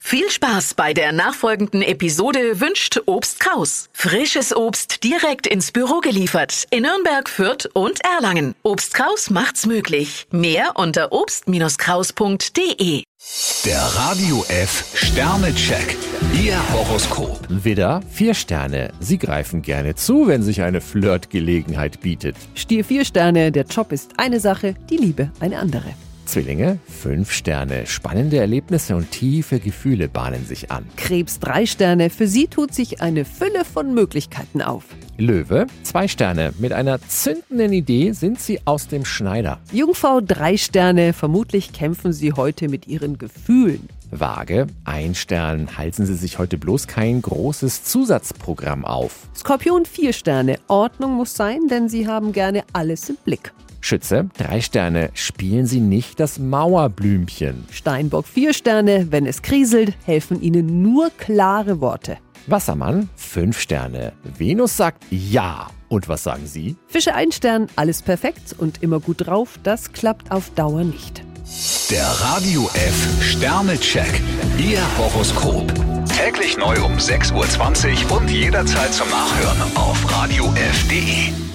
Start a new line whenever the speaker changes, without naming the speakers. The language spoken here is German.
Viel Spaß bei der nachfolgenden Episode wünscht Obst Kraus. Frisches Obst direkt ins Büro geliefert in Nürnberg, Fürth und Erlangen. Obst Kraus macht's möglich. Mehr unter obst-kraus.de.
Der Radio F Sternecheck. Ihr Horoskop.
Widder, vier Sterne. Sie greifen gerne zu, wenn sich eine Flirtgelegenheit bietet.
Stier vier Sterne, der Job ist eine Sache, die Liebe eine andere.
Zwillinge, fünf Sterne. Spannende Erlebnisse und tiefe Gefühle bahnen sich an.
Krebs drei Sterne, für sie tut sich eine Fülle von Möglichkeiten auf.
Löwe, zwei Sterne. Mit einer zündenden Idee sind Sie aus dem Schneider.
Jungfrau drei Sterne, vermutlich kämpfen sie heute mit ihren Gefühlen.
Waage, ein Stern. Halten Sie sich heute bloß kein großes Zusatzprogramm auf.
Skorpion vier Sterne, Ordnung muss sein, denn sie haben gerne alles im Blick.
Schütze, drei Sterne. Spielen Sie nicht das Mauerblümchen.
Steinbock vier Sterne, wenn es kriselt, helfen ihnen nur klare Worte.
Wassermann, fünf Sterne. Venus sagt Ja. Und was sagen Sie?
Fische ein Stern, alles perfekt und immer gut drauf, das klappt auf Dauer nicht.
Der Radio F Sternecheck. Ihr Horoskop. Täglich neu um 6.20 Uhr und jederzeit zum Nachhören auf Radio radiof.de.